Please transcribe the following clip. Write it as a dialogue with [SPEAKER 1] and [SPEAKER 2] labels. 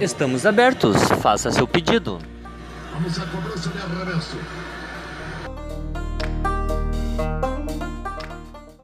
[SPEAKER 1] Estamos abertos, faça seu pedido.